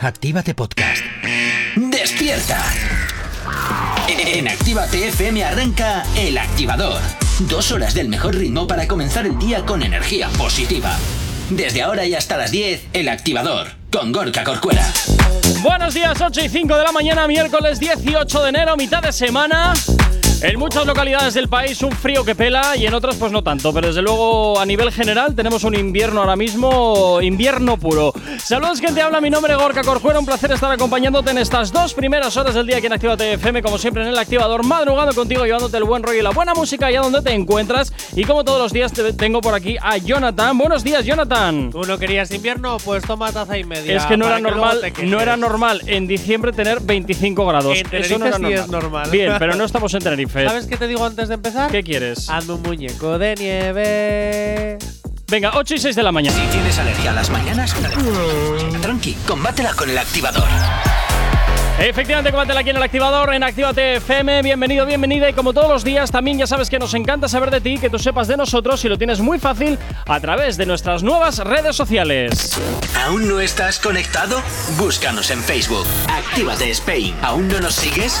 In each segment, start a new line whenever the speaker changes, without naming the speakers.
Actívate Podcast.
¡Despierta! En Actívate FM arranca El Activador. Dos horas del mejor ritmo para comenzar el día con energía positiva. Desde ahora y hasta las 10, El Activador, con Gorka Corcuera.
Buenos días, 8 y 5 de la mañana, miércoles 18 de enero, mitad de semana. En muchas localidades del país un frío que pela y en otras pues no tanto, pero desde luego a nivel general tenemos un invierno ahora mismo, invierno puro. Saludos, gente, habla mi nombre Gorka Corcuera, un placer estar acompañándote en estas dos primeras horas del día aquí en Actívate FM, como siempre en el activador, madrugando contigo, llevándote el buen rollo y la buena música allá donde te encuentras. Y como todos los días te tengo por aquí a Jonathan. Buenos días, Jonathan.
¿Tú no querías invierno? Pues toma taza y media.
Es que no
para
era
luego
normal,
te quejes.
no era normal en diciembre tener 25 grados.
En
Eso no
Tenerife
era
sí es normal.
Bien, pero no estamos en Tenerife.
¿Sabes Ah. qué te digo antes de empezar?
¿Qué quieres?
Hazme un muñeco de nieve.
Venga, 8 y 6 de la mañana.
Si tienes alergia a las mañanas, tranqui, combátela con el activador.
Efectivamente, combátela aquí en el activador, en Actívate FM. Bienvenido, bienvenida. Y como todos los días, también ya sabes que nos encanta saber de ti, que tú sepas de nosotros y lo tienes muy fácil a través de nuestras nuevas redes sociales.
¿Aún no estás conectado? Búscanos en Facebook. Actívate Spain. ¿Aún no nos sigues?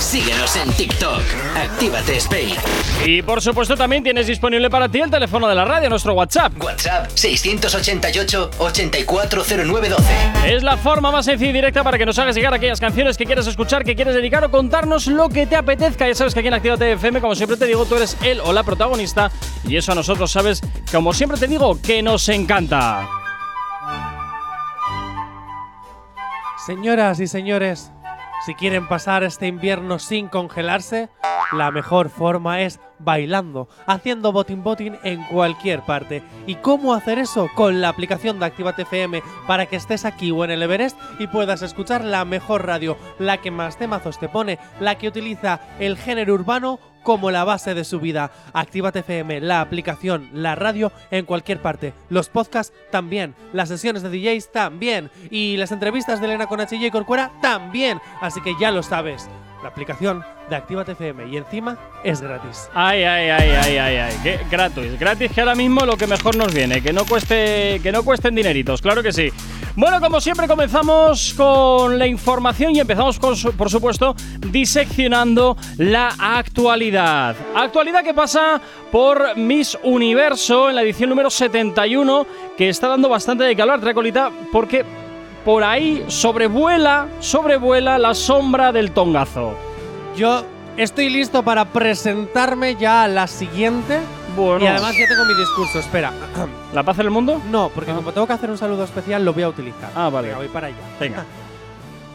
Síguenos en TikTok. Actívate Spain.
Y por supuesto, también tienes disponible para ti el teléfono de la radio, nuestro WhatsApp.
WhatsApp 688 840912.
Es la forma más sencilla y directa para que nos hagas llegar aquellas canciones que quieres escuchar, que quieres dedicar o contarnos lo que te apetezca. Ya sabes que aquí en Actívate FM, como siempre te digo, tú eres el o la protagonista y eso a nosotros sabes, como siempre te digo, que nos encanta.
Señoras y señores, si quieren pasar este invierno sin congelarse, la mejor forma es bailando, haciendo botín botín en cualquier parte. ¿Y cómo hacer eso? Con la aplicación de Actívate FM para que estés aquí o en el Everest y puedas escuchar la mejor radio, la que más temazos te pone, la que utiliza el género urbano como la base de su vida. Actívate FM, la aplicación, la radio en cualquier parte. Los podcasts también. Las sesiones de DJs también. Y las entrevistas de Elena con Achille y Corcuera también. Así que ya lo sabes. La aplicación de Actívate FM y encima es gratis.
Ay, ay, ay, ay, ay, ay. Que gratis. Gratis que ahora mismo lo que mejor nos viene. Que no cueste. Que no cuesten dineritos, claro que sí. Bueno, como siempre, comenzamos con la información y empezamos con, su- por supuesto, diseccionando la actualidad. Actualidad que pasa por Miss Universo en la edición número 71, que está dando bastante de calor, Tracolita, porque por ahí sobrevuela, sobrevuela la sombra del tongazo.
Yo estoy listo para presentarme ya a la siguiente.
Bueno,
Y además ya tengo mi discurso. Espera.
¿la paz en el mundo?
No, porque
Ah.
como tengo que hacer un saludo especial, lo voy a utilizar.
Ah, vale.
Venga, voy para allá.
Venga.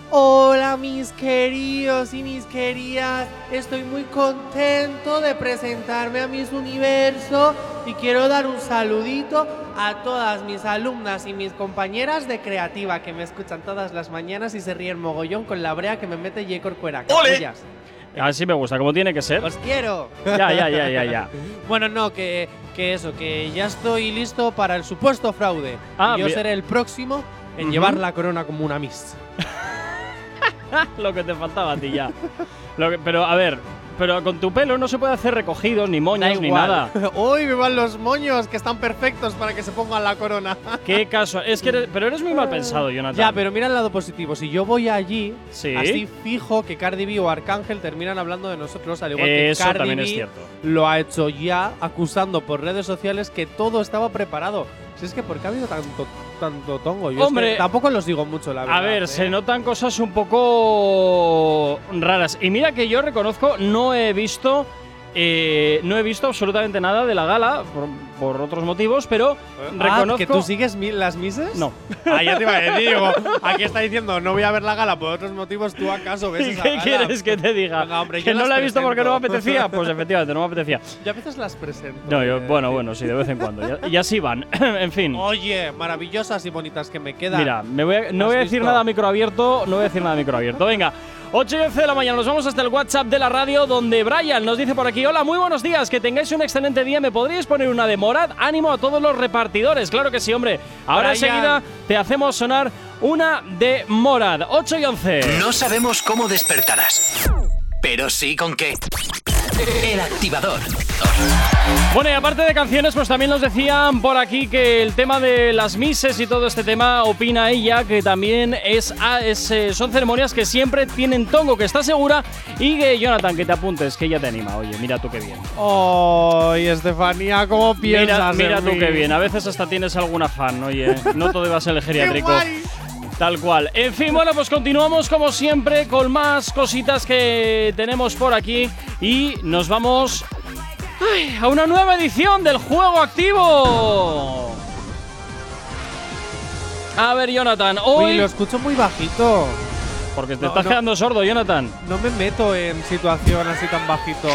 Hola mis queridos y mis queridas, estoy muy contento de presentarme a Miss Universo y quiero dar un saludito a todas mis alumnas y mis compañeras de creativa que me escuchan todas las mañanas y se ríen mogollón con la brea que me mete J. Corcuera. ¡Ole!
Así me gusta, como tiene que ser.
¡Os quiero!
Ya, ya, ya, ya, ya.
Bueno, no, que, que eso, que ya estoy listo para el supuesto fraude.
Ah,
Yo
bien.
seré el próximo en
Ujú.
llevar la corona como una Miss.
Lo que te faltaba a ti ya. Lo que- pero a ver, pero con tu pelo no se puede hacer recogidos, ni
Da
moños, ni
igual.
nada.
Uy, me van los moños que están perfectos para que se pongan la corona.
Qué caso. Es que eres- pero eres muy mal pensado, Jonathan.
ya, pero mira el lado positivo. Si yo voy allí,
Sí.
así fijo que Cardi B o Arcángel terminan hablando de nosotros, al igual
Eso
que Cardi
también
B
es cierto.
lo ha hecho ya acusando por redes sociales que todo estaba preparado. Si es que por qué ha habido tanto tanto tongo, yo es que
Hombre.
tampoco los digo mucho la verdad.
A ver,
¿eh?
se notan cosas un poco raras. Y mira que yo reconozco, no he visto. eh, no he visto absolutamente nada de la gala, por, por otros motivos, pero
Ah,
reconozco.
que tú sigues mi- las mises?
No.
Ah, ya te iba a decir, digo, aquí está diciendo, no voy a ver la gala por otros motivos, ¿tú acaso ves
¿Y
esa
qué
gala?
quieres que te diga?
Venga, hombre,
que
yo
no
las
la he visto porque no me
presento.
apetecía. Pues efectivamente, no me apetecía.
Yo a veces las presento.
No, yo,
eh.
bueno, bueno, sí, de vez en cuando. Ya- Y así van. en fin.
Oye, maravillosas y bonitas que me quedan.
Mm. Mira, me voy a- no
¿Has
voy a decir
visto?
nada a micro abierto, no voy a decir nada a micro abierto. Venga, 8 y 11 de la mañana, nos vamos hasta el WhatsApp de la radio donde Brian nos dice por aquí, hola, muy buenos días, que tengáis un excelente día, ¿me podríais poner una de Morad? Ánimo a todos los repartidores, claro que sí, hombre. Ahora
Brian.
enseguida te hacemos sonar una de Morad, 8 y 11.
No sabemos cómo despertarás, pero sí con qué. El activador.
Bueno, y aparte de canciones, pues también nos decían por aquí que el tema de las mises y todo este tema, opina ella, que también es, ah, es, eh, son ceremonias que siempre tienen tongo, que está segura, y que Jonathan, que te apuntes, que ella te anima. Oye, mira tú qué bien.
¡Ay, Estefanía, cómo
Mira,
piensas!
mira
en
tú
mí?
qué bien, a veces hasta tienes algún afán, oye, no todo va a ser el geriátrico.
guay!
Tal cual. En fin, bueno, pues continuamos como siempre con más cositas que tenemos por aquí y nos vamos ay, a una nueva edición del juego activo. A ver, Jonathan,
Uy,
hoy...
lo escucho muy bajito.
Porque te
no,
estás
no.
quedando sordo, Jonathan.
No me meto en situación así tan bajito.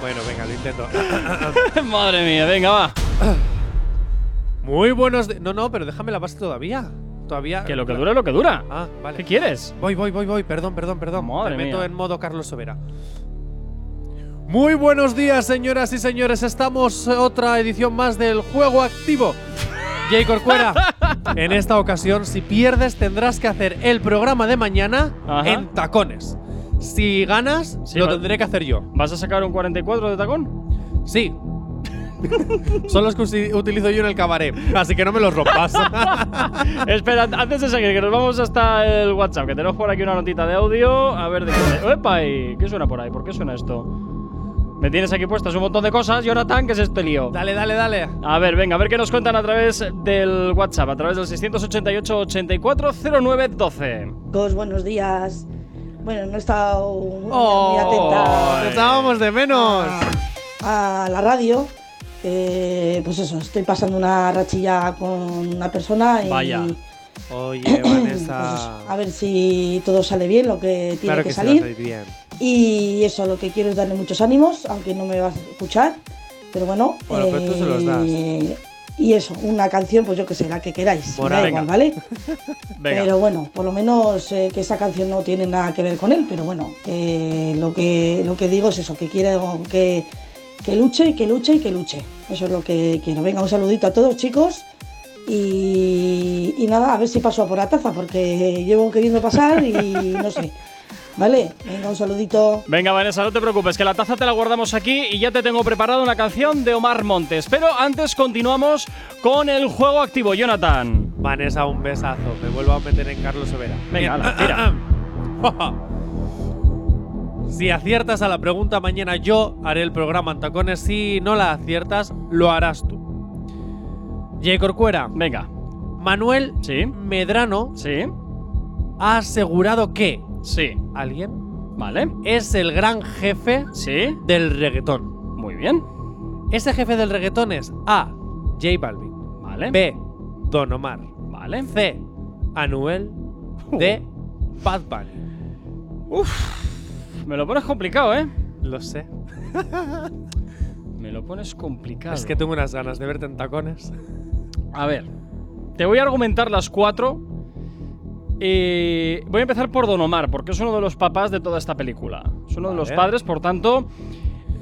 Bueno, venga, lo intento.
Madre mía, venga, va.
Muy buenos. di- No, no, pero déjame la base todavía. Todavía.
Que lo que dura, lo que dura.
Ah,
¿Qué
vale.
quieres?
Voy, voy, voy, voy. Perdón, perdón, perdón.
Madre
Me meto
mía.
en modo Carlos Sobera. Muy buenos días, señoras y señores. Estamos en otra edición más del Juego Activo. Jay Corcuera, en esta ocasión, si pierdes, tendrás que hacer el programa de mañana
Ajá.
en tacones. Si ganas,
Sí,
lo
va-
tendré que hacer yo.
¿Vas a sacar un 44 de tacón?
Sí. Son los que usi- utilizo yo en el cabaret, así que no me los rompas.
Espera, antes de seguir, que nos vamos hasta el WhatsApp, que tenemos por aquí una notita de audio. A ver de qué. ¡Epa! ¿y ¿Qué suena por ahí? ¿Por qué suena esto? Me tienes aquí puestas un montón de cosas, Jonathan, ¿qué es este lío?
dale, dale, dale.
A ver, venga, a ver qué nos cuentan a través del WhatsApp, a través del 688 840912.
Chicos, buenos días. Bueno, no he estado muy,
¡Oh!
atenta
¡Te ¡Estábamos de menos!
a la radio. Eh, pues eso, estoy pasando una rachilla con una persona y
Vaya.
Oye,
pues eso, a ver si todo sale bien, lo que tiene
Ah. claro
que,
que se va a
salir.
salir bien.
Y eso, lo que quiero es darle muchos ánimos, aunque no me vas a escuchar. Pero bueno, eh,
Bueno, pero tú se los das.
y eso, una canción, pues yo que sé, la que queráis. me
Moral.
da igual, ¿vale?
Venga.
Pero bueno, por lo menos eh, que esa canción no tiene nada que ver con él, pero bueno, eh, lo, que, lo que digo es eso, que quiero que, que luche y que luche y que luche. Eso es lo que quiero. Venga, un saludito a todos chicos y, y nada, a ver si paso a por la taza, porque llevo queriendo pasar y no sé. ¿Vale? Venga, un saludito.
Venga, Vanessa, no te preocupes, que la taza te la guardamos aquí y ya te tengo preparada una canción de Omar Montes. Pero antes continuamos con el juego activo, Jonathan.
Vanessa, un besazo. Me vuelvo a meter en Carlos Sobera.
Venga,
Bien.
ala, tira.
si aciertas a la pregunta mañana, yo haré el programa en tacones. Si no la aciertas, lo harás tú. J. Corcuera,
Venga.
Manuel
Sí.
Medrano
Sí.
ha asegurado que
Sí.
alguien
Vale.
es el gran jefe
Sí.
del reggaetón.
Muy bien.
Ese jefe del reggaetón es A. J Balvin.
Vale.
B. Don Omar.
Vale.
C. Anuel.
Uh.
D. Bad Bunny.
Me lo pones complicado, ¿eh?
Lo sé.
Me lo pones complicado.
Es que tengo unas ganas de verte en tacones.
A ver. Te voy a argumentar las cuatro. Eh, voy a empezar por Don Omar, porque es uno de los papás de toda esta película. Es uno de los
Vale.
padres, por tanto,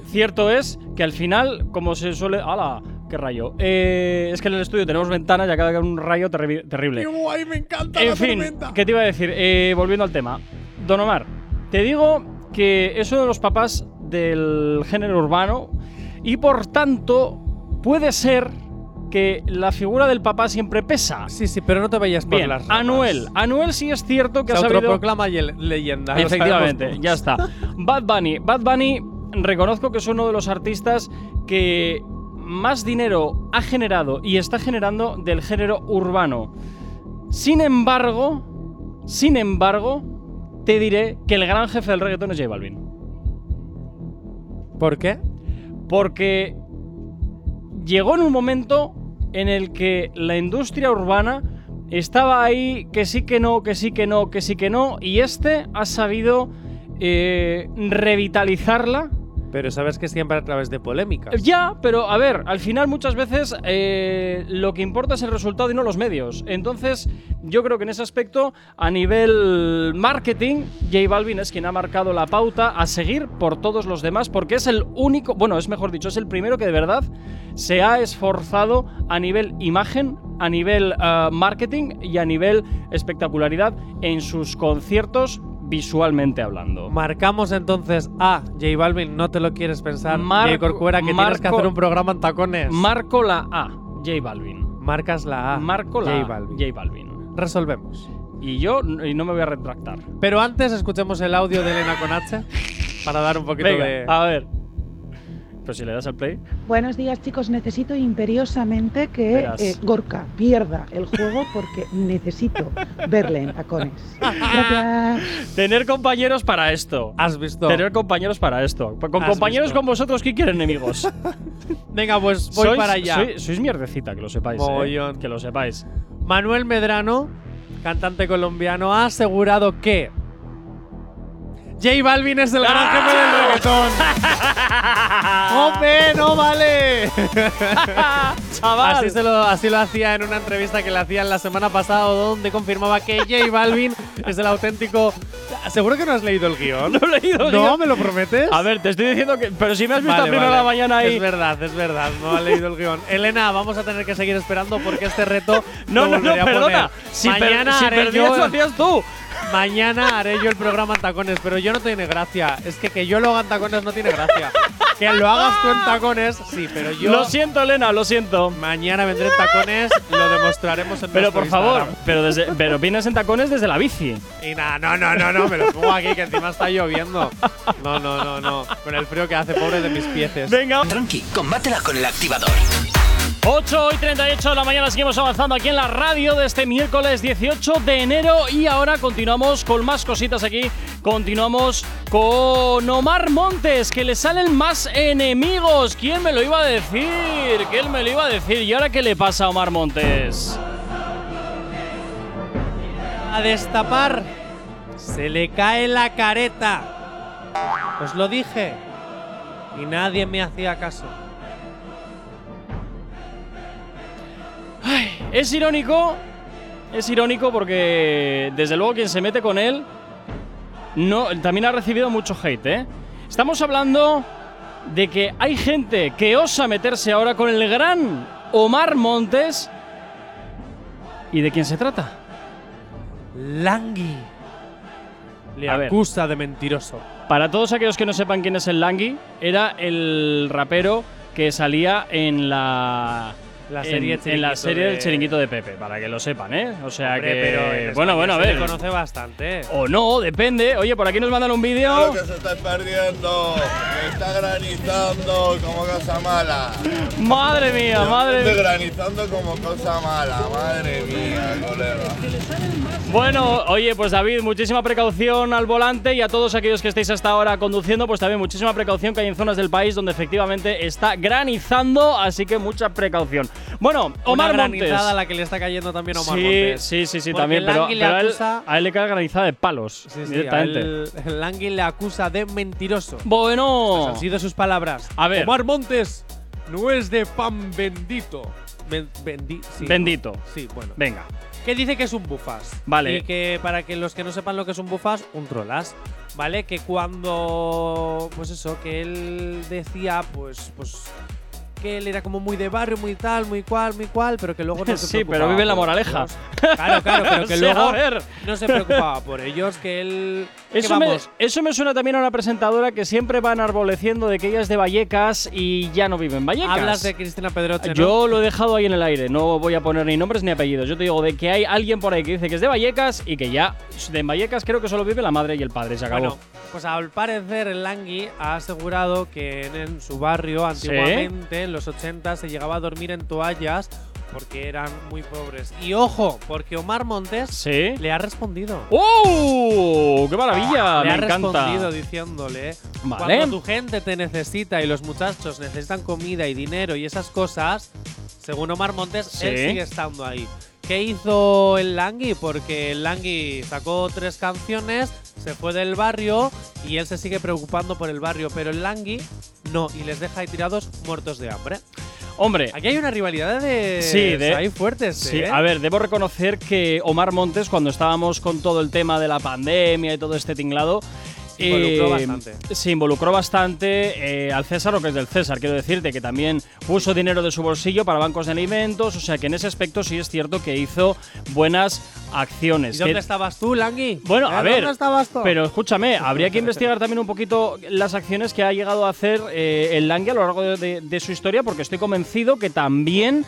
cierto es que al final, como se suele. ¡Hala! ¡Qué rayo! Eh, es que en el estudio tenemos ventanas y acaba de caer un rayo terri- terrible.
guay! Me encanta
En fin, ¿qué te iba a decir? Eh, volviendo al tema. Don Omar, te digo que es uno de los papás del género urbano y por tanto puede ser que la figura del papá siempre pesa.
Ah, Sí, sí, pero no te vayas por
Bien,
las ramas.
Anuel. Anuel sí es cierto que
Se
ha sabido...
autoproclama ye- leyenda. lo
Efectivamente,
sabemos
ya
todos.
está. Bad Bunny. Bad Bunny, reconozco que es uno de los artistas que más dinero ha generado y está generando del género urbano. Sin embargo, sin embargo, te diré que el gran jefe del reggaetón es J Balvin.
¿Por qué?
Porque llegó en un momento en el que la industria urbana estaba ahí, que sí, que no, que sí, que no, que sí, que no, y este ha sabido eh, revitalizarla.
Pero sabes que siempre a través de polémicas.
Ya, pero a ver, al final muchas veces eh, lo que importa es el resultado y no los medios. Entonces, yo creo que en ese aspecto, a nivel marketing, J Balvin es quien ha marcado la pauta a seguir por todos los demás, porque es el único, bueno, es mejor dicho, es el primero que de verdad se ha esforzado a nivel imagen, a nivel eh, marketing y a nivel espectacularidad en sus conciertos visualmente hablando.
Marcamos entonces a J Balvin, no te lo quieres pensar.
Marco-
J. Corcuera, que tienes que
Marco-
hacer un programa en tacones.
Marco la A, J Balvin.
Marcas la A.
Marco la
Ah, J
A,
Balvin.
J Balvin.
Resolvemos.
Y yo y no me voy a retractar.
Pero antes escuchemos el audio de Elena Conache para dar un poquito
Venga,
de.
a ver. Pero si le das al play.
Buenos días chicos, necesito imperiosamente que
Verás.
eh, Gorka pierda el juego porque necesito verle en tacones. Gracias.
Tener compañeros para esto.
¿Has visto?
Tener compañeros para esto. Con
Ah, Has
compañeros
visto.
como vosotros que quieren enemigos.
Venga, pues voy para allá.
Sois, sois mierdecita, que lo sepáis. ¿eh?
Mogollón.
Que lo sepáis.
Manuel Medrano, cantante colombiano, ha asegurado que. J Balvin es el gran jefe del
¡Ah!
reggaetón. ¡Hombre, no vale!
Chaval.
Así, se lo, así lo hacía en una entrevista que le hacían la semana pasada, donde confirmaba que J Balvin es el auténtico. ¿Seguro que no has leído el guión?
No he leído,
¿No?
digo.
¿Me lo prometes?
A ver, te estoy diciendo que. Pero si me has visto a primera de la mañana ahí.
Es verdad, es verdad, no ha leído el guión. Elena, vamos a tener que seguir esperando porque este reto.
No, no,
lo
no,
volveré a poner.
perdona. Si, per-
mañana,
si
haré
perdías, lo
yo,
hacías tú.
mañana haré yo el programa en tacones, pero yo no tiene gracia. Es que que yo lo haga en tacones no tiene gracia. que lo hagas tú en tacones, sí, pero yo.
Lo siento, Elena, lo siento.
Mañana vendré en tacones, lo demostraremos en
Pero
nuestro
por favor,
Instagram.
pero, desde, pero vienes en tacones desde la bici.
Y nada, no, no, no, no, me lo pongo aquí que encima está lloviendo. No, no, no, no. Con el frío que hace, pobre de mis pieces.
Venga.
Tranqui, combátela con el activador.
8 y 38 de la mañana seguimos avanzando aquí en la radio de este miércoles 18 de enero y ahora continuamos con más cositas aquí. Continuamos con Omar Montes, que le salen más enemigos. ¿Quién me lo iba a decir? ¿Quién me lo iba a decir? ¿Y ahora qué le pasa a Omar Montes?
a destapar. Se le cae la careta. Os lo dije. Y nadie me hacía caso.
Es irónico, es irónico porque desde luego quien se mete con él no, también ha recibido mucho hate. ¿eh? Estamos hablando de que hay gente que osa meterse ahora con el gran Omar Montes. ¿Y de quién se trata?
Langui. Le
A ver.
acusa de mentiroso.
Para todos aquellos que no sepan quién es el Langui, era el rapero que salía en la
La
en-
serie
en, la serie del chiringuito de Pepe, para que lo sepan, ¿eh? O sea
Hombre,
que
pero en
bueno,
España
bueno, a
se le
ver.
conoce bastante.
O no, depende. Oye, por aquí nos mandan un vídeo.
Lo que se está perdiendo, que está granizando como cosa mala.
Madre mía, madre
Estoy
mía.
granizando como cosa mala, madre mía, colega.
Bueno, oye, pues David, muchísima precaución al volante y a todos aquellos que estéis hasta ahora conduciendo, pues también muchísima precaución que hay en zonas del país donde efectivamente está granizando, así que mucha precaución. Bueno, Omar
Una
Montes.
granizada a la que le está cayendo también a Omar
sí,
Montes.
sí, sí, sí,
Porque
también, pero,
Langui le
pero a, él,
acusa-
a él le cae granizada de palos
Sí, sí, a
directamente.
él- el Langui le acusa de mentiroso.
Bueno,
Pues Han sido sus palabras.
A ver.
Omar Montes no es de pan bendito. Ben- bendi- sí, ¿no?
Bendito.
Sí, bueno.
venga.
que dice que es un bufas.
Vale.
Y que para que los que no sepan lo que es un bufas, un trolas. ¿Vale? Que cuando. Pues eso, que él decía, pues. pues que él era como muy de barrio, muy tal, muy cual, muy cual, pero que luego no se
Sí, pero
preocupaba
vive en la
por
moraleja.
ellos. Claro, claro, pero que
Sí,
luego
a ver.
no se preocupaba por ellos, que él que
Eso me,
vamos,
eso me suena también a una presentadora que siempre va enarboleciendo de que ella es de Vallecas y ya no vive en Vallecas.
hablas de Cristina Pedroche, ¿no?
Yo lo he dejado ahí en el aire, no voy a poner ni nombres ni apellidos. Yo te digo de que hay alguien por ahí que dice que es de Vallecas y que ya de Vallecas creo que solo vive la madre y el padre, se acabó.
Bueno, pues al parecer el Langui ha asegurado que en, en su barrio antiguamente, en los 80, se llegaba a dormir en toallas porque eran muy pobres. Y ojo, porque Omar Montes
¿Sí?
le ha respondido.
¡Oh! ¡Qué maravilla!
Ah, le
Me
ha
encanta.
respondido diciéndole,
Vale.
cuando tu gente te necesita y los muchachos necesitan comida y dinero y esas cosas, según Omar Montes, él
Sí.
sigue estando ahí. ¿Qué hizo el Langui? Porque el Langui sacó tres canciones, se fue del barrio y él se sigue preocupando por el barrio, pero el Langui no, y les deja ahí tirados muertos de hambre.
Hombre,
Aquí hay una rivalidad de...
Eh. Sí, de-
ahí fuertes,
Sí,
¿eh?
a ver, debo reconocer que Omar Montes, cuando estábamos con todo el tema de la pandemia y todo este tinglado,
Se involucró
Eh,
bastante.
Se involucró bastante eh, al César, lo que es del César, quiero decirte, que también puso dinero de su bolsillo para bancos de alimentos, o sea que en ese aspecto sí es cierto que hizo buenas acciones.
¿Y dónde
Que-
estabas tú, Langui?
Bueno,
¿Eh?
a ver,
¿Dónde estabas tú?
pero escúchame, habría que investigar también un poquito las acciones que ha llegado a hacer eh, el Lange a lo largo de, de- de su historia, porque estoy convencido que también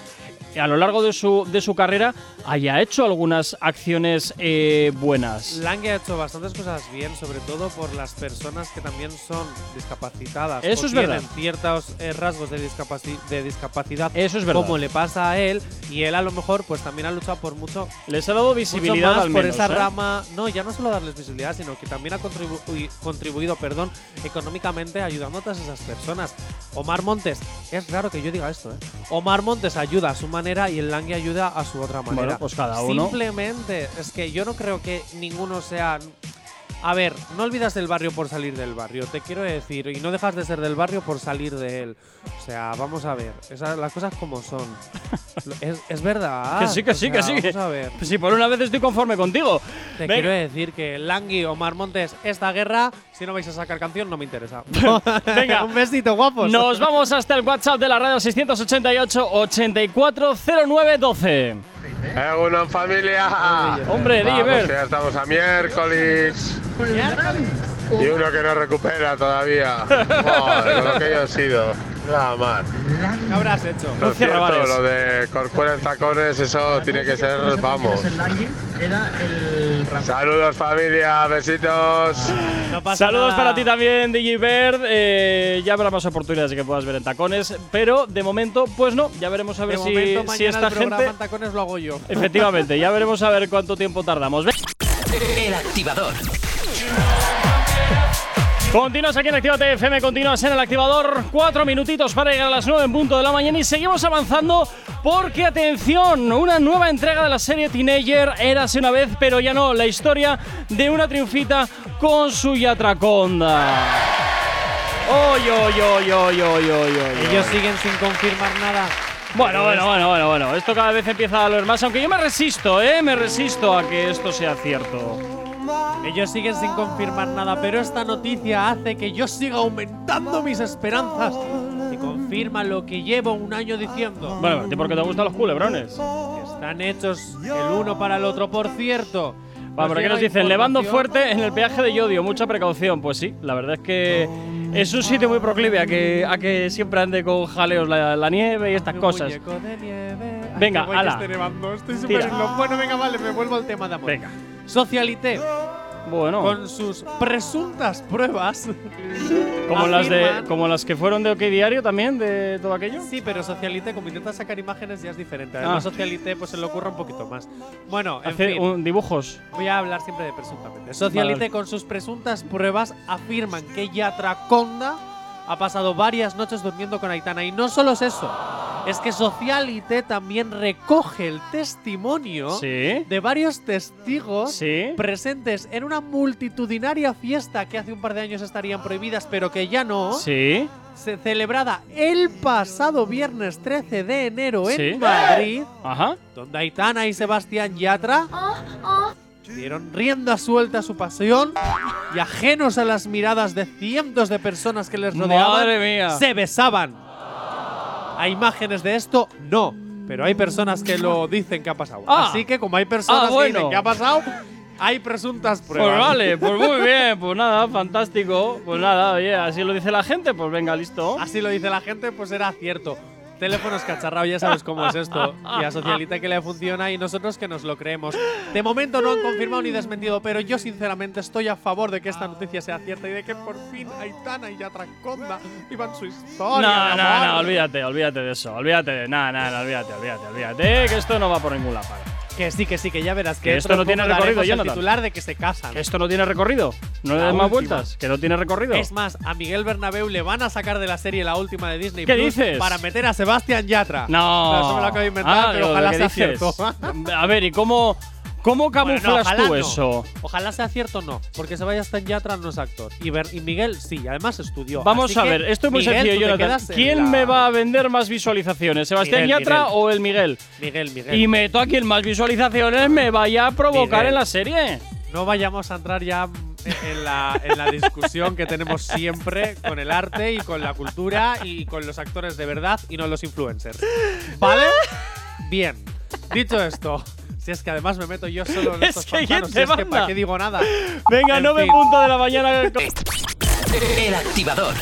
a lo largo de su, de su carrera haya hecho algunas acciones eh, buenas.
Lange ha hecho bastantes cosas bien, sobre todo por las personas que también son discapacitadas.
Eso
o
es verdad.
Tienen ciertos eh, rasgos de, discapaci- de discapacidad.
Eso es verdad.
Como le pasa a él. Y él, a lo mejor, pues también ha luchado por mucho.
Les ha dado
mucho
visibilidad
más
al menos,
por esa
¿eh?
rama. No, ya no solo darles visibilidad, sino que también ha contribu- ui- contribuido, perdón, económicamente ayudando a todas esas personas. Omar Montes, es raro que yo diga esto, ¿eh? Omar Montes ayuda a su manera y el Lange ayuda a su otra manera.
Bueno, pues cada uno.
Simplemente, es que yo no creo que ninguno sea. A ver, no olvidas del barrio por salir del barrio, te quiero decir, y no dejas de ser del barrio por salir de él. O sea, vamos a ver, esas, las cosas como son. Lo- es, es verdad.
Que sí, que
o
sí, que
sea,
sí.
Vamos a ver.
Si por una vez estoy conforme contigo.
Te
Venga.
quiero decir que Langui, Omar Montes, esta guerra, si no vais a sacar canción, no me interesa.
Venga.
un besito, guapos.
Nos vamos hasta el WhatsApp de la radio 688 840912.
Egunon familia.
Hombre,
Vamos,
Diver.
ya estamos a miércoles. Y uno que no recupera todavía. Joder, con lo que yo he sido. La mar.
¿Qué habrás hecho?
Lo
No cierra
cierto,
bares.
lo de Corcuera en tacones, eso tiene que ser, vamos. Saludos familia, besitos.
No pasa
Saludos
nada.
para ti también, Digibert. Eh, ya habrá más oportunidades de que puedas ver en tacones, pero de momento, pues no. Ya veremos a ver
De
si,
momento,
si
mañana
esta
el programa
gente.
en tacones lo hago yo.
Efectivamente, ya veremos a ver cuánto tiempo tardamos. Ve-
El activador.
Continúas aquí en Actívate FM, continúas en el activador. Cuatro minutitos para llegar a las nueve en punto de la mañana y seguimos avanzando porque, atención, una nueva entrega de la serie Teenager, érase una vez, pero ya no, la historia de una triunfita con su yatraconda. ¡Oy, oy, oy, oy, oy, oy, oy,
Ellos
oy.
siguen sin confirmar nada.
Bueno, bueno, bueno, bueno, bueno, esto cada vez empieza a doler más, aunque yo me resisto, ¿eh? Me resisto a que esto sea cierto.
Ellos siguen sin confirmar nada, pero esta noticia hace que yo siga aumentando mis esperanzas. Y confirma lo que llevo un año diciendo.
Bueno, ¿y por qué te gustan los culebrones?
Están hechos el uno para el otro, por cierto.
Vamos, ¿qué
llega
nos dicen? Levando
información-
fuerte en el peaje de Yodio, mucha precaución. Pues sí, la verdad es que es un sitio muy proclive a que, a que siempre ande con jaleos la, la nieve y estas
Mi
cosas.
muñeco de nieve. Ay,
Venga,
qué guay que
ala.
esté nevando, Estoy
Tira.
súper en lo- Bueno, venga, vale, me vuelvo al tema de amor.
Venga.
Socialité,
Bueno,
con sus presuntas pruebas.
como las, de,
afirman-
como las que fueron de OK Diario también, de todo aquello.
Sí, pero Socialité, como intenta sacar imágenes, ya es diferente. Además,
Ah.
Socialité pues se le ocurre un poquito más. Bueno, en
Hace
fin,
un- dibujos.
voy a hablar siempre de presuntamente. Socialité,
Vale.
con sus presuntas pruebas, afirman que Yatraconda ha pasado varias noches durmiendo con Aitana. Y no solo es eso, es que Socialité también recoge el testimonio
Sí,
de varios testigos
sí.
presentes en una multitudinaria fiesta que hace un par de años estarían prohibidas, pero que ya no,
Sí,
se celebrada el pasado viernes 13 de enero en
Sí.
Madrid,
ajá.
donde Aitana y Sebastián Yatra dieron rienda suelta a su pasión y ajenos a las miradas de cientos de personas que les rodeaban,
Madre mía.
se besaban. ¿Hay imágenes de esto? No. Pero hay personas que lo dicen que ha pasado.
Ah.
Así que como hay personas
Ah, bueno.
que dicen que ha pasado, hay presuntas
Pues
pruebas.
vale, pues muy bien, pues nada, fantástico. Pues nada, oye, así lo dice la gente, pues venga, listo.
Así lo dice la gente, pues era cierto. Teléfonos cacharrao, ya sabes cómo es esto. Y a Socialita que le funciona y nosotros que nos lo creemos. De momento no han confirmado ni desmentido, pero yo sinceramente estoy a favor de que esta noticia sea cierta y de que por fin Aitana y Yatraconda vivan su historia.
No,
de
no,
amor.
no, olvídate, olvídate de eso, olvídate de nada, nada, olvídate, olvídate, olvídate, eh, que esto no va por ninguna parte.
Que sí, que sí, que ya verás que,
Que esto no tiene
daremos
recorrido,
el
Jonathan.
titular de que se casan.
Que esto no tiene recorrido, no le
La
des más
última.
vueltas, que no tiene recorrido.
Es más, a Miguel Bernabéu le van a sacar de la serie la última de Disney
¿Qué
Plus
dices?
para meter a Sebastián Yatra.
No,
Eso me lo acabo de inventar,
Ah,
pero
lo
ojalá
que
sea
dices.
cierto.
A ver, ¿y cómo, cómo
Bueno,
camuflas
no, ojalá
tú
no.
eso?
Ojalá sea cierto no, porque se vaya hasta en Yatra no es actor. Y, Ber- y Miguel sí, además estudió.
Vamos
Así
a
que,
ver, esto es muy
Miguel,
sencillo,
tú te
Jonathan.
quedas en
¿Quién
la-
me va a vender más visualizaciones, Sebastián
Miguel,
Yatra
Miguel.
o el Miguel?
Miguel, Miguel.
Y meto a quien más visualizaciones me vaya a provocar
Miguel.
en la serie.
No vayamos a entrar ya en la, en la discusión que tenemos siempre con el arte y con la cultura y con los actores de verdad y no los influencers. ¿Vale? Bien. Dicho esto, si es que además me meto yo solo en
Es
estos
que ¿quién
pantanos,
te
si es que
manda?
para qué digo nada.
Venga,
En
9
fin.
punto de la mañana.
El activador.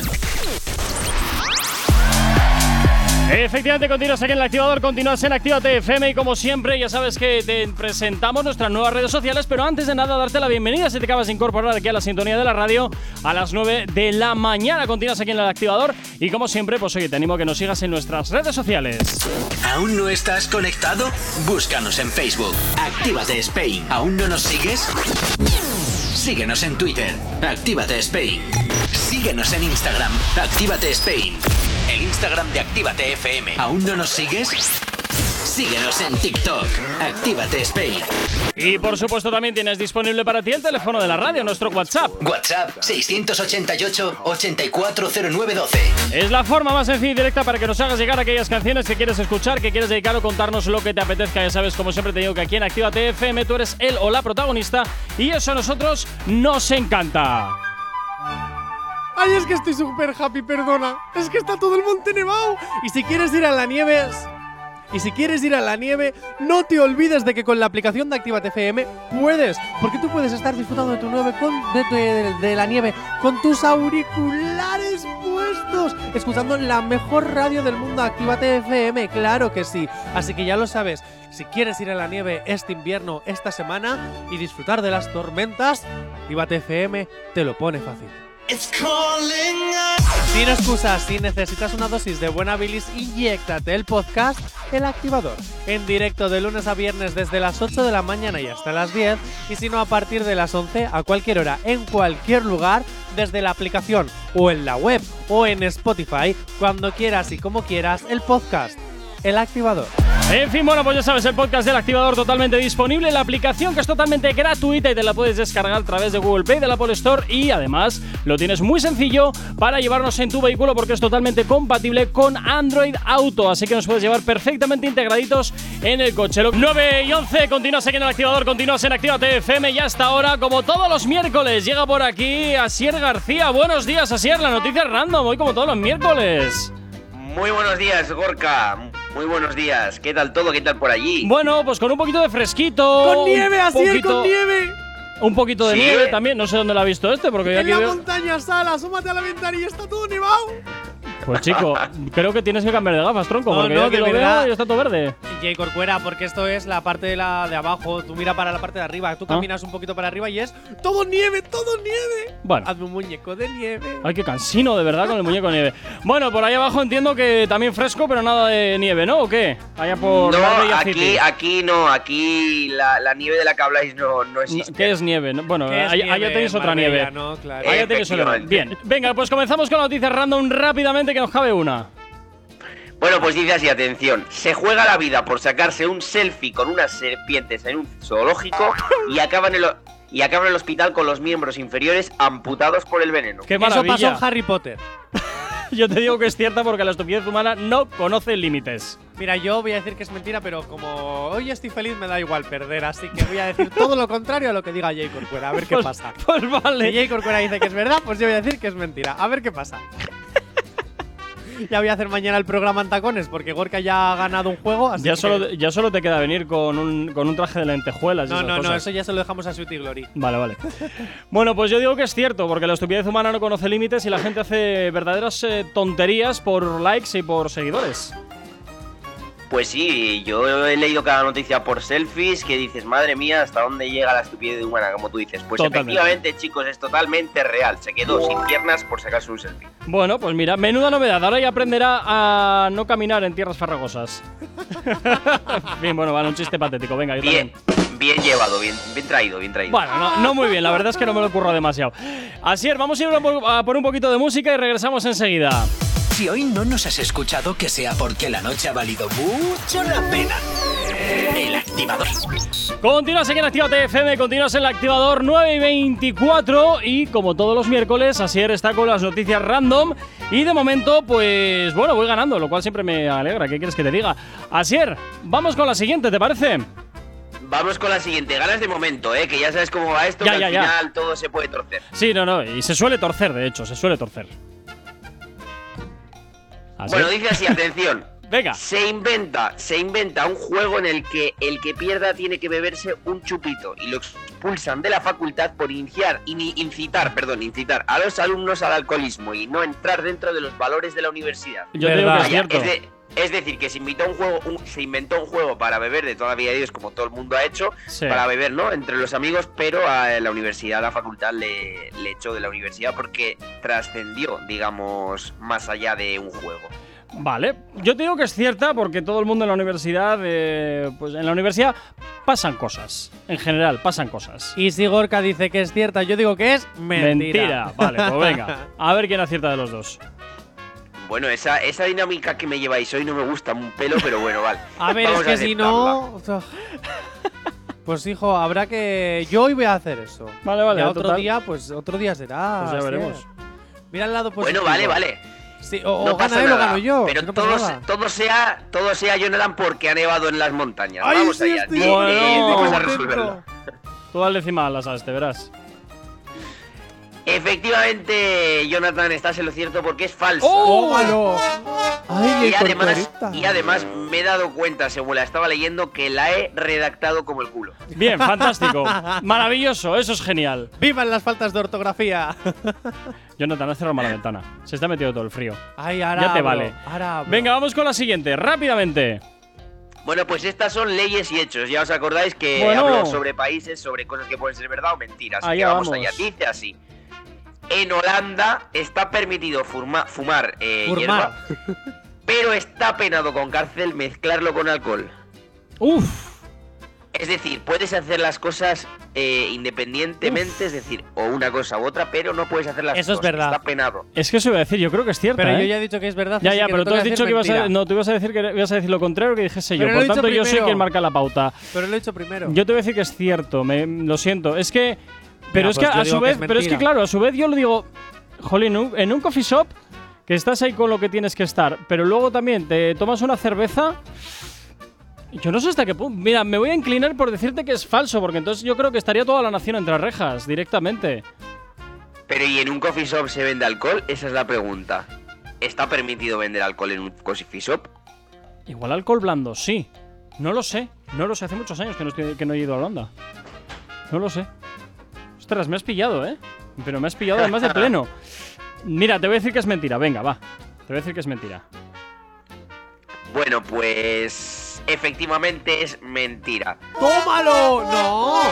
Efectivamente, continúas aquí en el activador, continúas en Actívate FM y como siempre, ya sabes que te presentamos nuestras nuevas redes sociales, pero antes de nada, darte la bienvenida si te acabas de incorporar aquí a la sintonía de la radio a las 9 de la mañana. Continúas aquí en el activador y como siempre, pues oye, te animo a que nos sigas en nuestras redes sociales.
¿Aún no estás conectado? Búscanos en Facebook. Actívate Spain. ¿Aún no nos sigues? Síguenos en Twitter. Actívate Spain. Síguenos en Instagram. Actívate Spain. El Instagram de Actívate FM. ¿Aún no nos sigues? Síguenos en TikTok. Actívate Spain.
Y por supuesto, también tienes disponible para ti el teléfono de la radio, nuestro WhatsApp.
WhatsApp 688 840912.
Es la forma más sencilla y directa para que nos hagas llegar aquellas canciones que quieres escuchar, que quieres dedicar o contarnos lo que te apetezca. Ya sabes, como siempre te digo que aquí en Activa TFM tú eres el o la protagonista y eso a nosotros nos encanta.
Ay, es que estoy súper happy, perdona. Es que está todo el monte nevado. Y si quieres ir a la nieve. Y si quieres ir a la nieve, no te olvides de que con la aplicación de Actívate FM puedes, porque tú puedes estar disfrutando de tu nieve con, de, tu- de- de la nieve con tus auriculares puestos, escuchando la mejor radio del mundo, Actívate FM, claro que sí. Así que ya lo sabes, si quieres ir a la nieve este invierno, esta semana y disfrutar de las tormentas, Actívate FM te lo pone fácil. Sin excusas, si necesitas una dosis de buena bilis, inyectate el podcast El Activador. En directo de lunes a viernes desde las 8 de la mañana y hasta las 10. Y si no, a partir de las 11 a cualquier hora, en cualquier lugar, desde la aplicación o en la web o en Spotify, cuando quieras y como quieras, el podcast El Activador.
En fin, bueno, pues ya sabes, el podcast del activador totalmente disponible, la aplicación que es totalmente gratuita y te la puedes descargar a través de Google Play, de la Apple Store y además lo tienes muy sencillo para llevarnos en tu vehículo porque es totalmente compatible con Android Auto, así que nos puedes llevar perfectamente integraditos en el coche. Lo- 9 y 11, continúas aquí en el activador, continúas en Actívate FM y hasta ahora, como todos los miércoles, llega por aquí Asier García. Buenos días, Asier, la noticia random, hoy como todos los miércoles.
Muy buenos días, Gorka. Muy buenos días. ¿Qué tal todo? ¿Qué tal por allí?
Bueno, pues con un poquito de fresquito.
¡Con
un
nieve, Asier,
poquito-
con nieve!
Un poquito de
Sí.
nieve también, no sé dónde lo ha visto este, porque yo
En
aquí
la
veo.
montaña sala, súmate a la ventanilla, está todo nevado.
Pues chico, creo que tienes que cambiar de gafas, tronco,
No,
porque
no,
yo aquí
de
lo
verdad.
veo y está todo verde.
J. Corcuera, porque esto es la parte de la de abajo. Tú mira para la parte de arriba, tú
Ah.
caminas un poquito para arriba y es todo nieve, todo nieve.
Bueno.
Hazme un muñeco de nieve.
Ay, qué cansino, de verdad, con el muñeco de nieve. Bueno, por ahí abajo entiendo que también fresco, pero nada de nieve, ¿no? ¿O qué? Allá por
no,
Marbella
aquí,
City.
aquí no, aquí la, la nieve de la que habláis no, no existe.
¿Qué es nieve? No, Bueno,
¿Qué es
ahí- allá
nieve,
tenéis otra
Marbella,
nieve.
¿no? Claro.
Allá tenéis otra.
Efectivamente.
Bien, venga, pues comenzamos con la noticia random rápidamente, que nos cabe una.
Bueno, pues dice así, atención. Se juega la vida por sacarse un selfie con unas serpientes en un zoológico y acaba en el, ho- y acaba en el hospital con los miembros inferiores amputados por el veneno.
Qué
Eso
maravilla.
pasó en Harry Potter.
Yo te digo que es cierta porque la estupidez humana no conoce límites.
Mira, yo voy a decir que es mentira, pero como hoy estoy feliz, me da igual perder. Así que voy a decir todo lo contrario a lo que diga J. Corcuera. A ver qué
Pues-
pasa.
Pues vale.
Si J. Corcuera dice que es verdad, pues yo voy a decir que es mentira. A ver qué pasa. ya voy a hacer mañana el programa en tacones, porque Gorka ya ha ganado un juego. Así
Ya
que-
solo, ya solo te queda venir con un, con un traje de lentejuelas. y
No,
esas
no, no,
cosas.
eso ya se lo dejamos a Sweet y Glory.
Vale, vale. bueno, pues yo digo que es cierto, porque la estupidez humana no conoce límites y la gente hace verdaderas eh, tonterías por likes y por seguidores.
Pues sí, yo he leído cada noticia por selfies que dices, madre mía, ¿hasta dónde llega la estupidez humana? Como tú dices. Pues
Totalmente.
efectivamente, chicos, es totalmente real. Se quedó sin piernas por sacarse un selfie.
Bueno, pues mira, menuda novedad. Ahora ya aprenderá a no caminar en tierras farragosas. bien, bueno, vale, un chiste patético. Venga, yo
Bien,
también.
bien llevado, bien, bien traído, bien traído.
Bueno, no, no muy bien, la verdad es que no me lo ocurro demasiado. Asier, vamos a ir a por- a por un poquito de música y regresamos enseguida.
Si hoy no nos has escuchado, que sea porque la noche ha valido mucho la pena. El activador.
Continúas aquí en Actívate FM, continúas en el activador 9 y 24 y como todos los miércoles, Asier está con las noticias random y de momento, pues bueno, voy ganando, lo cual siempre me alegra, ¿qué quieres que te diga? Asier, vamos con la siguiente, ¿te parece?
Vamos con la siguiente. Ganas de momento, ¿eh? Que ya sabes cómo va esto.
Ya,
que
ya,
al
ya.
final todo se puede torcer.
Sí, no, no. Y se suele torcer, de hecho, se suele torcer. Así
Bueno,
es.
dice así, atención.
Venga.
Se inventa, se inventa un juego en el que el que pierda tiene que beberse un chupito y lo expulsan de la facultad por iniciar, ini- incitar, perdón, incitar a los alumnos al alcoholismo y no entrar dentro de los valores de la universidad.
Yo te digo que
Verdad.
es
Vaya,
Ah, cierto.
de- es decir, que se, invitó un juego, un- se inventó un juego para beber de toda la vida de Dios, como todo el mundo ha hecho,
Sí.
para beber, ¿no? Entre los amigos, pero a la universidad, la facultad le, le echó de la universidad porque trascendió, digamos, más allá de un juego.
Vale, yo te digo que es cierta porque todo el mundo en la universidad, eh, pues en la universidad pasan cosas. En general, pasan cosas.
Y si Gorka dice que es cierta, yo digo que es mentira.
Vale, pues venga. A ver quién acierta de los dos.
Bueno, esa, esa dinámica que me lleváis hoy no me gusta un pelo, pero bueno, vale.
A ver,
Vamos
es que si
aceptarla.
no. Pues hijo, habrá que. Yo hoy voy a hacer eso.
Vale, vale,
Ya
en
otro
total.
día, pues otro día será.
Pues ya
así
veremos.
pues es. Mira el lado positivo.
Bueno, vale, vale.
Sí, o, o
no
gana
pasa
él o
nada.
gano yo.
pero
que no pasa
todo,
nada.
se- todo sea, todo sea Jonathan porque ha nevado en las montañas.
Ay,
Vamos
sí,
allá.
estoy-
Di- di-
Bueno.
vamos a
contento.
resolverlo.
Tú dale encima a las as, te verás.
Efectivamente, Jonathan, estás en lo cierto porque es falso.
Oh, ¡Tómalo! ¡Ay,
Y
el
además,
corcorita.
y además me he dado cuenta, según la estaba leyendo, que la he redactado como el culo.
Bien, fantástico. Maravilloso, eso es genial.
¡Vivan las faltas de ortografía!
Jonathan, ha cerrado mal la ventana. Se está metido todo el frío.
¡Ay, ahora
Ya te
abro,
vale.
ahora abro.
Venga, vamos con la siguiente, rápidamente.
Bueno, pues estas son leyes y hechos. Ya os acordáis que
Bueno.
hablo sobre países, sobre cosas que pueden ser verdad o mentiras. Así
Allá
que vamos,
vamos.
allá. Dice así. En Holanda está permitido furma- fumar eh,
Furmar.
hierba, pero está penado con cárcel mezclarlo con alcohol.
Uf,
Es decir, puedes hacer las cosas eh, independientemente, es decir, o una cosa u otra, pero no puedes hacer las
Eso es
cosas.
verdad.
Está penado.
es que eso iba a decir, yo creo que es cierta.
Pero yo
¿eh?
ya he dicho que es verdad.
Ya,
así
ya,
que
pero
no
tú
tengo
has
que
dicho
decir
que ibas a,
mentira.
no, tú ibas a decir que ibas a decir lo contrario que dijese yo.
Pero
Por
lo he dicho
tanto, yo soy
primero.
quien marca la pauta.
Pero lo he hecho primero.
Yo te voy a decir que es cierto, me, lo siento. Es que. Pero
Ya,
es
pues
que
yo
a
digo
su
que
vez,
es
pero es que
mentira.
claro, a su vez yo lo digo, jolín, un- en un coffee shop que estás ahí con lo que tienes que estar, pero luego también te tomas una cerveza. Yo no sé hasta qué punto. Mira, me voy a inclinar por decirte que es falso, porque entonces yo creo que estaría toda la nación entre rejas directamente.
Pero ¿y en un coffee shop se vende alcohol? Esa es la pregunta. ¿Está permitido vender alcohol en un coffee shop?
Igual alcohol blando, sí. No lo sé. No lo sé. Hace muchos años que no, estoy- que no he ido a Holanda. No lo sé. Ostras, me has pillado, ¿eh? Pero me has pillado además de pleno. Mira, te voy a decir que es mentira. Venga, va. Te voy a decir que es mentira.
Bueno, pues efectivamente es mentira.
¡Tómalo! ¡No!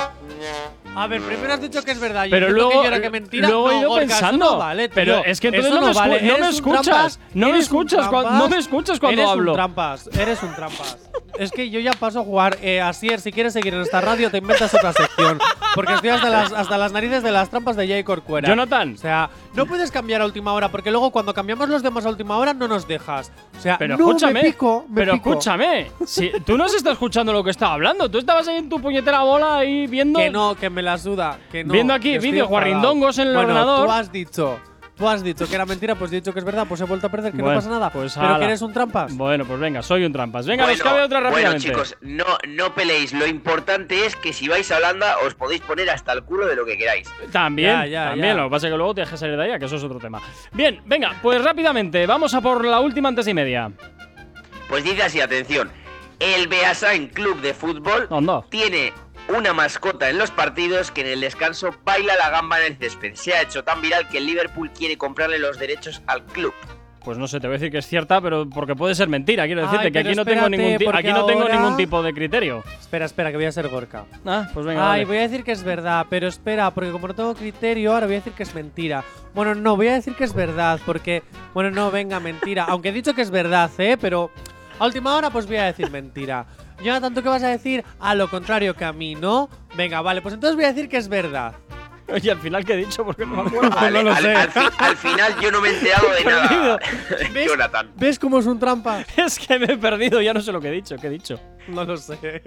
A ver, primero has dicho que es verdad. y
Pero
yo
luego,
que yo era que mentira.
luego
no,
he ido
Gorka, eso
pensando.
no vale, tío.
pero es que entonces
Eso
no, me, escu-
vale.
no me
Eres un
escuchas.
trampas,
No me
eres un
escuchas. cua-
trampas,
No me escuchas cuando
eres
hablo.
Un trampas, eres un trampas. Es que yo ya paso a jugar. Eh, Asier, si quieres seguir en esta radio, te inventas otra sección. Porque estoy hasta las, hasta las narices de las trampas de Jay Corcuera.
Jonathan.
O sea, no puedes cambiar a última hora, porque luego cuando cambiamos los demás a última hora no nos dejas. O sea,
Pero
no, me
escúchame,
pico, me
pero
pico.
escúchame, si, tú no has estado escuchando lo que estaba hablando, tú estabas ahí en tu puñetera bola ahí viendo
Que no, que me la suda. Que no,
Viendo aquí
que estoy
vídeos
enfadado.
guarrindongos en el
bueno,
ordenador.
Tú has dicho. Tú has dicho que era mentira, pues he dicho que es verdad, pues he vuelto a perder, que
Bueno,
no pasa nada.
pues
pero
ala.
que eres un trampas.
Bueno, pues venga, soy un trampas. Venga,
bueno,
nos cabe otra
bueno,
rápidamente.
chicos, no, no peleéis. Lo importante es que si vais a Holanda os podéis poner hasta el culo de lo que queráis.
También,
Ya, ya,
también.
ya.
Lo que pasa es que luego te dejas salir de allá, que eso es otro tema. Bien, venga, pues rápidamente, vamos a por la última antes y media.
Pues dice así, atención. El Beasain Club de Fútbol
Anda.
tiene una mascota en los partidos que en el descanso baila la gamba en el césped. Se ha hecho tan viral que el Liverpool quiere comprarle los derechos al club.
Pues no sé, te voy a decir que es cierta, pero porque puede ser mentira. Quiero
Ay,
decirte que
pero
aquí no tengo
espérate,
ningún ti-
porque
aquí no tengo
ahora-
ningún tipo de criterio.
Espera, espera, que voy a ser Gorka.
Ah, pues venga.
Ay,
dale.
voy a decir que es verdad, pero espera, porque como no tengo criterio, ahora voy a decir que es mentira. Bueno, no, voy a decir que es verdad, porque. Bueno, no, venga, mentira. Aunque he dicho que es verdad, ¿eh? Pero a última hora, pues voy a decir mentira. Jonathan, ¿tú qué vas a decir? A lo contrario que a mí, ¿no? Venga, vale, pues entonces voy a decir que es verdad.
Oye, al final qué he dicho porque no me acuerdo.
Vale,
no lo
al,
sé.
al fi- al final yo no me he enterado de nada. Eh,
¿Ves?
Jonathan.
¿Ves cómo es un trampa?
es que me he perdido, ya no sé lo que he dicho, qué he dicho.
No lo sé.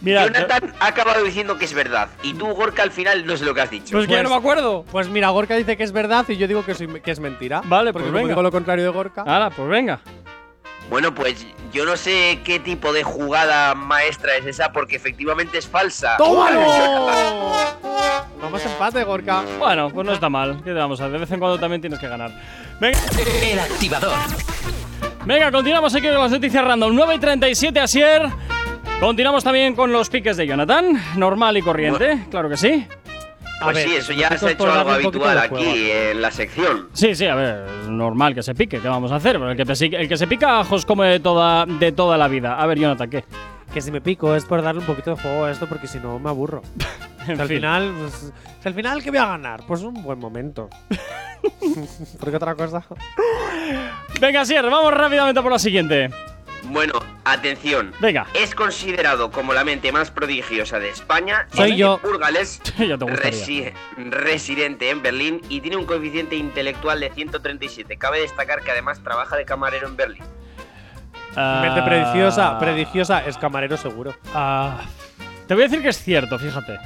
Mira,
Jonathan ha acabado diciendo que es verdad. Y tú, Gorka, al final no sé lo que has dicho.
pues que ya no me acuerdo.
Pues mira, Gorka dice que es verdad y yo digo que, soy- que es mentira.
Vale,
porque
pues
como
venga.
Ah. digo lo contrario de Gorka.
Ahora, pues venga.
Bueno, pues yo no sé qué tipo de jugada maestra es esa porque efectivamente es falsa.
¡Tómalo! Vamos empate, Gorka.
Bueno, pues no está mal. ¿Qué te vamos a hacer? De vez en cuando también tienes que ganar. Venga,
El activador.
venga continuamos aquí con las noticias random. 9 y 37, Asier. Continuamos también con los piques de Jonathan. Normal y corriente, claro que sí.
A
Pues
ver,
sí, eso ya
nosotros
se ha hecho
podemos
algo
darle un poquito
habitual
de juego.
aquí en la sección.
Sí, sí, a ver, es normal que se pique. ¿Qué vamos a hacer? Pero el que, se- el que se pica, ajos come de toda, de toda la vida. A ver, Jonathan, ¿qué?
Que si me pico es por darle un poquito de juego a esto porque si no me aburro.
En
Si al
fin.
final, pues, si al final, ¿qué voy a ganar? Pues un buen momento. porque otra cosa.
Venga, Asier, vamos rápidamente por la siguiente.
Bueno, atención.
Venga.
Es considerado como la mente más prodigiosa de España.
Soy
es
yo.
Burgales,
Ya te gustaría.
resi- residente en Berlín y tiene un coeficiente intelectual de 137. Cabe destacar que además trabaja de camarero en Berlín.
Mente
Ah,
prediciosa, prediciosa es camarero seguro.
ah, te voy a decir que es cierto, fíjate.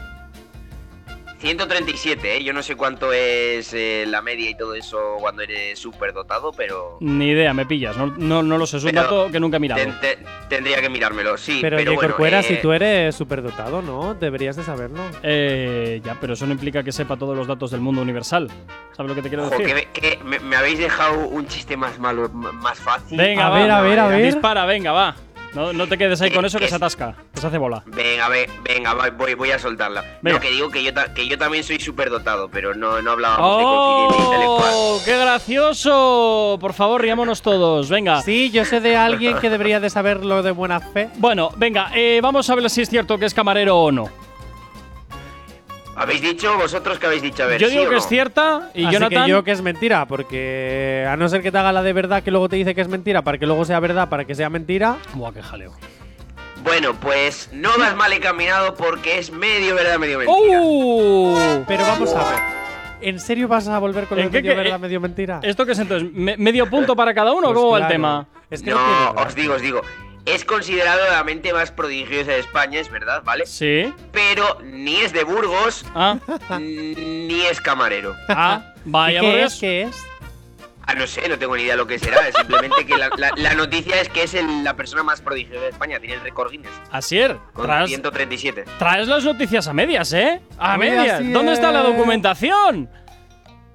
137, ¿eh? Yo no sé cuánto es eh, la media y todo eso cuando eres superdotado, pero...
Ni idea, me pillas. No, no, no lo sé, es un
Pero-
dato que nunca he mirado.
ten- te- tendría que mirármelo, sí.
Pero,
Pero,
oye,
bueno,
Corcuera,
eh,
si tú eres superdotado, ¿no? Deberías de saberlo.
Eh, ya, pero eso no implica que sepa todos los datos del mundo universal. ¿Sabes lo que te quiero
ojo,
decir?
que- que me, me habéis dejado un chiste más malo, m- más fácil.
Venga,
A
va,
ver, a ver, a ver.
Dispara, venga, va. No, no te quedes ahí con eso que
Eh, Es-
se atasca, que se hace bola.
Venga, ve- venga, va- voy, voy a soltarla.
Venga.
No, que digo que yo, ta- que yo también soy superdotado, pero no, no hablábamos de coeficiente intelectual.
¡Oh! ¡Qué gracioso! Por favor, riámonos todos.
Ah.
Venga.
Sí, yo sé de alguien que debería de saberlo de buena fe.
Bueno, venga, eh, vamos a ver si es cierto que es camarero o no.
¿Habéis dicho vosotros que habéis dicho? A ver,
yo
¿sí
digo
o
que
no?
es cierta y
Así
Jonathan.
que yo que es mentira, porque a no ser que te haga la de verdad que luego te dice que es mentira, para que luego sea verdad, para que sea mentira.
Buah, qué jaleo.
Bueno, pues no vas mal encaminado porque es medio verdad, medio mentira.
¡Oh!
Pero vamos a ver. ¿En serio vas a volver con
¿En
el
qué-
medio
qué-
verdad,
eh,
medio mentira?
¿Esto qué es entonces? ¿Me- ¿Medio punto para cada uno? o
Pues
¿Cómo va el
claro.
tema?
Es que no, tiene
no,
gracia.
os digo, os digo. Es considerado la mente más prodigiosa de España, es verdad, ¿vale?
Eh,
Sí.
Pero ni es de Burgos,
Ah,
ni es camarero.
ah,
¿Y
vaya, por
¿Qué
Dios.
es? ¿Qué es?
Ah, no sé, no tengo ni idea lo que será. Simplemente que la, la- la noticia es que es el- la persona más prodigiosa de España. Tiene el récord Guinness
Asier,
con
tras,
137.
traes las noticias a medias, ¿eh? A
Oye,
medias.
así
¿Dónde está la
es.
documentación?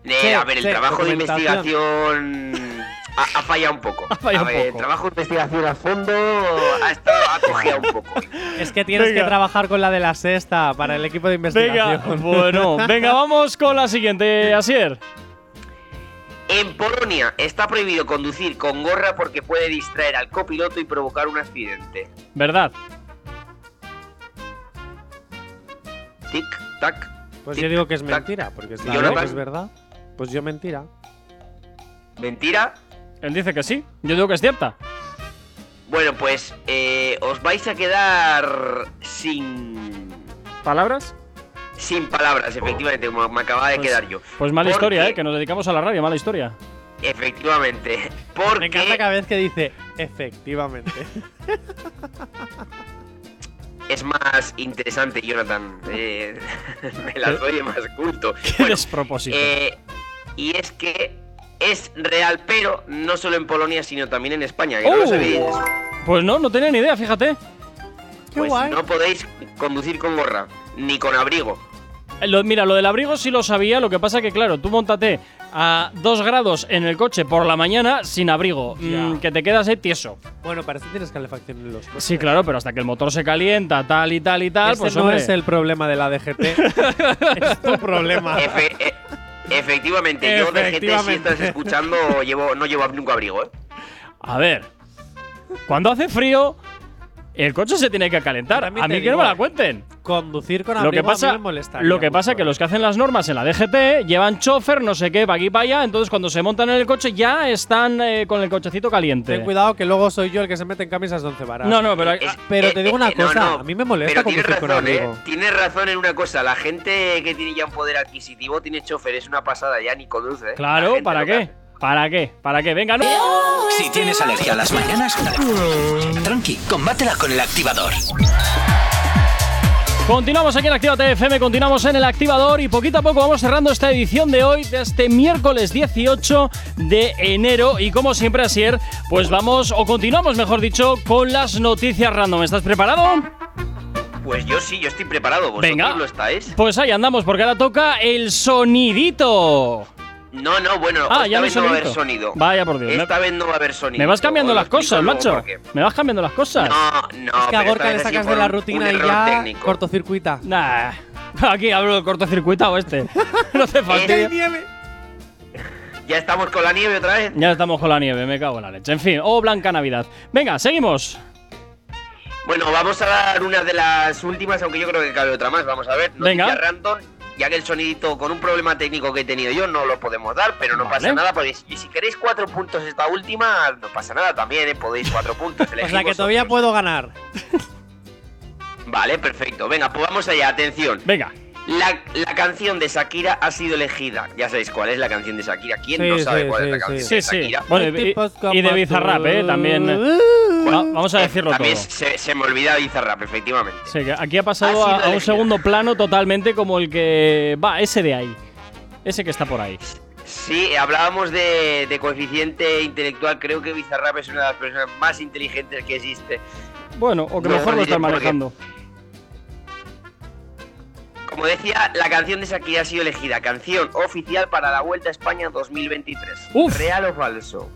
Eh,
Sí,
a ver, el
sí,
trabajo de
documentación.
investigación ha, ha fallado un poco.
Ha fallado
a
un
ver, el
poco.
trabajo de investigación a fondo ha, estado, ha cojeado un poco.
Es que tienes
Venga.
que trabajar con la de la sexta para el equipo de
Venga,
investigación.
bueno, venga, vamos con la siguiente, Asier.
En Polonia está prohibido conducir con gorra porque puede distraer al copiloto y provocar un accidente.
¿Verdad?
Tic, tac.
Pues
tic,
yo digo que es
tac.
mentira, porque si
Jonathan.
digo que es verdad, pues yo mentira.
¿Mentira?
Él dice que sí. Yo digo que es cierta.
Bueno, pues eh, os vais a quedar sin.
¿Palabras?
Sin palabras, efectivamente, como me acababa de
Pues-
quedar yo.
Pues mala
Porque-
historia, ¿eh? Que nos dedicamos a la radio, mala historia.
Efectivamente.
Me
Porque
encanta cada vez que dice efectivamente.
es más interesante, Jonathan. eh, me las doy de más culto.
Qué
Bueno,
despropósito.
eh, y es que es real, pero no solo en Polonia, sino también en España. Que no
¡Oh!
lo sabéis.
Pues no, no tenía ni idea, fíjate.
Qué
Pues
guay.
no podéis conducir con gorra, ni con abrigo.
Eh, lo- mira, lo del abrigo sí lo sabía, lo que pasa que, claro, tú montate a dos grados en el coche por la mañana sin abrigo,
Ya.
mm, que te quedas ahí tieso.
Bueno, para eso tienes calefacción en los coches.
Sí, claro, pero hasta que el motor se calienta, tal y tal y tal,
Ese
pues
Este no
hombre,
es el problema de la DGT. es tu problema.
Efe- e- efectivamente, yo de gente, si
Efectivamente. Ah,
estás escuchando, llevo, no llevo nunca abrigo, ¿eh?
A ver, cuando hace frío, el coche se tiene que calentar.
También
A
te
mí que no
digo,
me la cuenten.
Conducir con
Lo
abrigo
que
a
pasa,
mí me molestaría
lo que
mucho,
pasa que
eh.
los que hacen las normas en la DGT llevan chofer, no sé qué, para aquí para allá, entonces cuando se montan en el coche ya están eh, con el cochecito caliente.
Ten cuidado que luego soy yo el que se mete en camisas de once varas.
No, no, pero ah,
Es- eh,
pero te digo una cosa, a mí me
pero
molesta
tienes
conducir con
razón,
abrigo.
¿eh? Tienes razón en una cosa, la gente que tiene ya un poder adquisitivo tiene chofer, es una pasada ya, ni conduce. ¿eh? La
Claro,
gente
¿para
lo que
qué?
hace.
¿Para qué? ¿Para qué? Venga, no.
Si tienes alergia a las mañanas, tranqui, combátela con el activador.
Continuamos aquí en Actívate FM, continuamos en el activador y poquito a poco vamos cerrando esta edición de hoy, de este miércoles 18 de enero. Y como siempre, Asier, pues vamos, o continuamos, mejor dicho, con las noticias random. ¿Estás preparado?
Pues yo sí, yo estoy preparado. ¿Vosotros
Venga.
lo estáis?
Pues ahí andamos, porque ahora toca el sonidito.
No, no, bueno,
Ah,
esta
ya no
vez
hay
no va a haber
sonidito.
sonido.
Vaya por Dios, me-
Esta vez no va a haber sonido.
Me vas cambiando
Os
las
lo
cosas,
explico luego
macho.
por qué.
Me vas cambiando las cosas.
No, no,
Es que a
pero esta vez
Gorka le
ha sido
sacas de
por
la
un- un
rutina y
error
ya
técnico.
cortocircuita.
Nah. Aquí hablo de cortocircuitado este. no hace falta.
Eh, Ya estamos con la nieve otra vez.
Ya estamos con la nieve, me cago en la leche. En fin, oh, Blanca Navidad. Venga, seguimos.
Bueno, vamos a dar una de las últimas, aunque yo creo que cabe otra más. Vamos a ver.
Venga.
Noticia random. Ya que el sonidito con un problema técnico que he tenido yo no lo podemos dar, pero no
Vale.
pasa nada. Podéis, y si queréis cuatro puntos esta última, no pasa nada también, ¿eh? podéis cuatro puntos.
O
elegid
sea que
vosotros.
todavía puedo ganar.
Vale, perfecto. Venga, pues vamos allá, atención.
Venga.
La, la canción de Shakira ha sido elegida. Ya sabéis cuál es la canción de Shakira. ¿Quién
Sí,
no sabe
sí,
cuál
sí,
es la
sí.
canción
Sí,
de
sí.
Shakira?
Bueno, y, y- y de Bizarrap, ¿eh? También. eh. Va- vamos a
Eh,
decirlo todo.
También se, se me olvida Bizarrap, efectivamente.
Sí, que aquí ha pasado
Ha sido
a, a un
elegida.
segundo plano totalmente como el que. Va, ese de ahí. Ese que está por ahí.
Sí, hablábamos de, de coeficiente intelectual. Creo que Bizarrap es una de las personas más inteligentes que existe.
Bueno, o que
No,
mejor
no
lo estás
diré por qué.
manejando.
Como decía, la canción de Shakira ha sido elegida canción oficial para la Vuelta a España 2023.
ah, Uf.
¿Real o falso?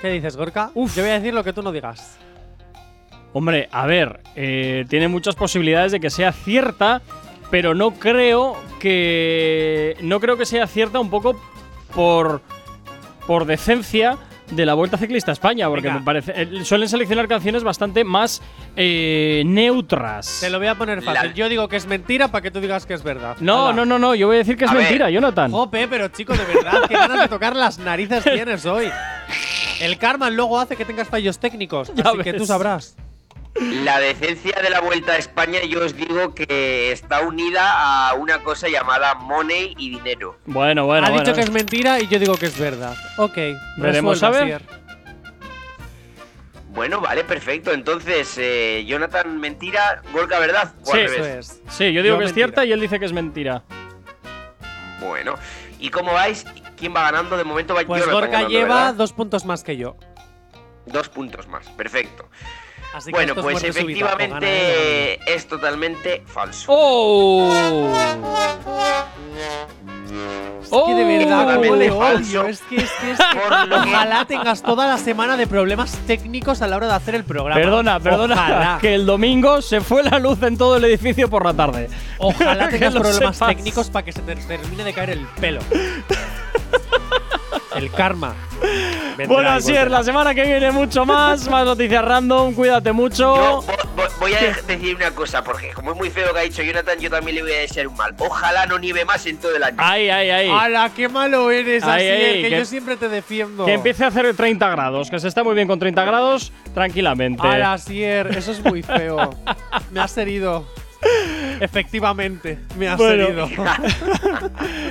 ¿Qué dices, Gorka? Uf. Yo voy a decir lo que tú no digas.
Hombre, a ver, eh, tiene muchas posibilidades de que sea cierta, pero no creo que. No creo que sea cierta un poco por. por decencia de la Vuelta Ciclista a España, porque
Venga.
me parece. eh, suelen seleccionar canciones bastante más eh, neutras.
Te lo voy a poner fácil.
La-
Yo digo que es mentira para que tú digas que es verdad.
No,
Hala.
no, no, no, yo voy a decir que es
A ver.
mentira, Jonathan.
Jope, pero chico, de verdad, qué ganas de tocar las narices tienes hoy. El karma luego hace que tengas fallos técnicos,
Ya
así que
ves.
tú sabrás.
La decencia de la Vuelta a España, yo os digo que está unida a una cosa llamada money y dinero.
Bueno, bueno,
ha
bueno.
dicho que es mentira y yo digo que es verdad. Ok,
Veremos,
resuelve,
a ver.
Asier.
Bueno, vale, perfecto. Entonces, eh, Jonathan, mentira, Gorka, ¿verdad? ¿O al
Sí,
revés?
Eso es.
Sí, yo digo
Yo
que es
mentira.
cierta y él dice que es mentira.
Bueno, ¿y cómo vais? ¿Quién va ganando? De momento va
Pues
Jonathan
Gorka
ganando,
lleva
¿verdad?
dos puntos más que yo.
dos puntos más. Perfecto.
Así que
Bueno,
esto es
pues
muerte súbita, o gana él
efectivamente es totalmente falso.
¡Oh!
o gana él. Es que de verdad,
Totalmente
cómo le
falso.
odio. Oh, Es que, es que, es que-
Por lo que-
Ojalá tengas toda la semana de problemas técnicos a la hora de hacer el programa.
Perdona, perdona,
Ojalá.
que el domingo se fue la luz en todo el edificio por la tarde.
Ojalá
Que
tengas
lo
problemas
sepas.
técnicos para que se te termine de caer el pelo. el karma. Vendrá
Bueno,
y
así es,
volverá.
la semana que viene mucho más, más noticias random, cuídate
Yo
Oh.
mucho.
vo- vo- voy a de- decir una cosa, porque como es muy feo lo que ha dicho Jonathan, yo también le voy a desear un mal. Ojalá no nieve más en todo el
Ah.
año.
Ay, ay, ay.
¡Hala, qué malo eres,
Ay,
Asier,
ay,
que,
que-
yo siempre te defiendo!
Que empiece a hacer 30 grados, que se está muy bien con 30 grados, tranquilamente.
¡Hala, Asier! Eso es muy feo. me has herido. Efectivamente, me has
Bueno.
herido.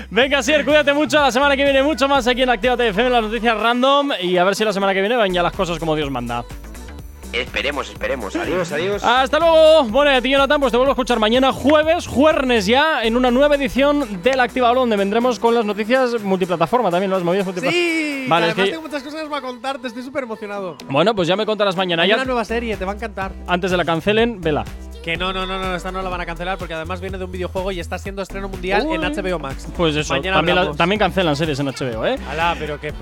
Venga, Sier, cuídate mucho. La semana que viene mucho más aquí en Actívate FM, las noticias random. Y a ver si la semana que viene van ya las cosas como Dios manda.
Esperemos, esperemos. Adiós, adiós.
Hasta luego. Bueno, y a ti, Jonathan, pues te vuelvo a escuchar mañana, jueves, jueves ya, en una nueva edición del Activador, donde vendremos con las noticias multiplataforma también, las movidas multiplataforma.
¡Sí!
pues- Vale, es
además
que-
tengo muchas cosas para contarte, estoy súper emocionado.
Bueno, pues ya me contarás mañana.
Hay
Ya,
una nueva serie, te va a encantar.
antes de la cancelen, vela.
Que no, no, no, no, esta no la van a cancelar porque además viene de un videojuego y está siendo estreno mundial
Uy.
en HBO Max.
Pues eso,
Mañana
también, la-
hablamos.
también cancelan series en HBO, ¿eh?
Alá, pero que.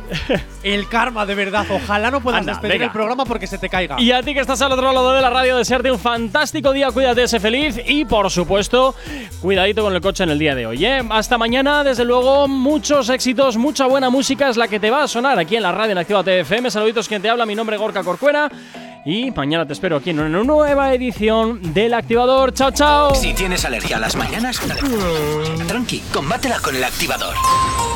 el karma, de verdad. Ojalá no puedas
Anda,
despedir
venga.
el programa porque se te caiga.
Y a ti que estás al otro lado de la radio, desearte un fantástico día, cuídate, sé feliz y por supuesto, cuidadito con el coche en el día de hoy. ¿eh? Hasta mañana, desde luego, muchos éxitos, mucha buena música es la que te va a sonar aquí en la radio en Activa TFM. Saluditos quien te habla, mi nombre es Gorka Corcuera y mañana te espero aquí en una nueva edición del Activador. Chao, chao.
Si tienes alergia a las mañanas, tranqui, combátela con el activador.